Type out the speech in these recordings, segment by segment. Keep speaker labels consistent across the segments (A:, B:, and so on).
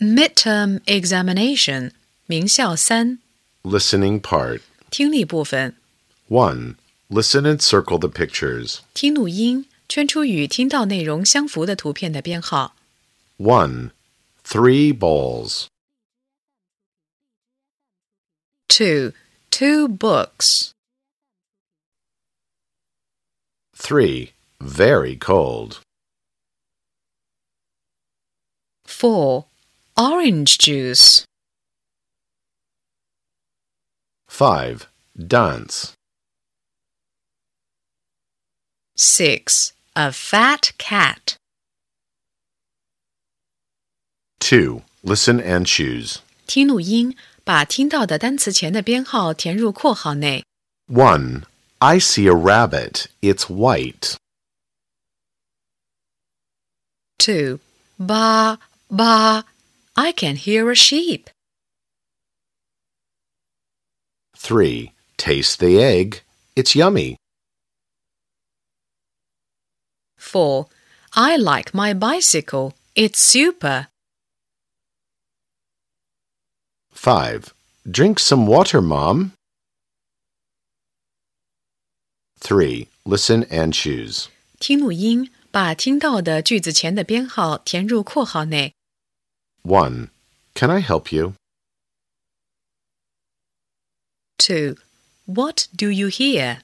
A: Midterm examination 名校三
B: Listening part.
A: 听力部分，
B: 1. Listen and circle the pictures.
A: 听录音，圈出与听到内容相符的图片的编号。
B: 1. Three balls.
A: Two, two books.
B: 3. Very cold.
A: Four, orange juice.
B: 5. Dance.
A: Six, a fat cat.
B: 2. Listen and choose.
A: 听录音，把听到的单词前的编号填入括号内。
B: 1. I see a rabbit. It's white.
A: Two, ba ba. I can hear a sheep.
B: 3. Taste the egg. It's yummy.
A: Four, I like my bicycle. It's super.
B: 5. Drink some water, Mom. 3. Listen and choose.
A: 听录音，把听到的句子前的编号填入括号内。
B: 1. Can I help you?
A: Two, what do you hear?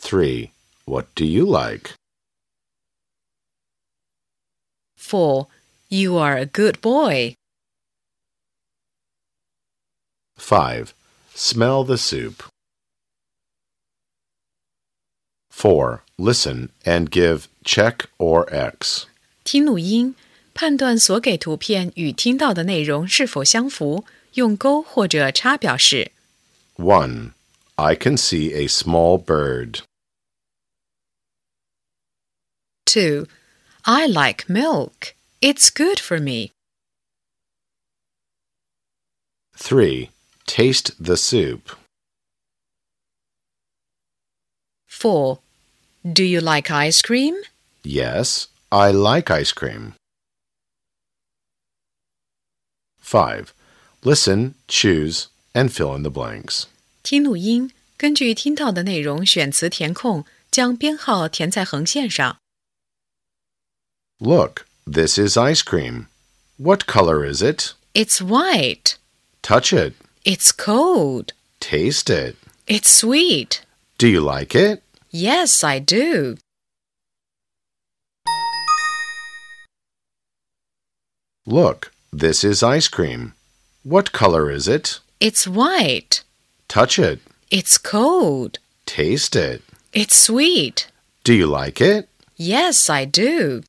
B: 3. What do you like?
A: Four, you are a good boy.
B: 5. Smell the soup. 4. Listen and give check or X.
A: 听录音，判断所给图片与听到的内容是否相符，用勾或者叉表示。
B: 1. I can see a small bird.
A: Two, I like milk. It's good for me.
B: 3. Taste the soup.
A: Four, do you like ice cream?
B: Yes, I like ice cream. 5. Listen, choose, and fill in the blanks.
A: 听录音，根据听到的内容选词填空，将编号填在横线上。
B: Look, this is ice cream. What color is it?
A: It's white.
B: Touch it.
A: It's cold.
B: Taste it.
A: It's sweet.
B: Do you like it?
A: Yes, I do.
B: Look, this is ice cream. What color is it?
A: It's white.
B: Touch it.
A: It's cold.
B: Taste it.
A: It's sweet.
B: Do you like it?
A: Yes, I do.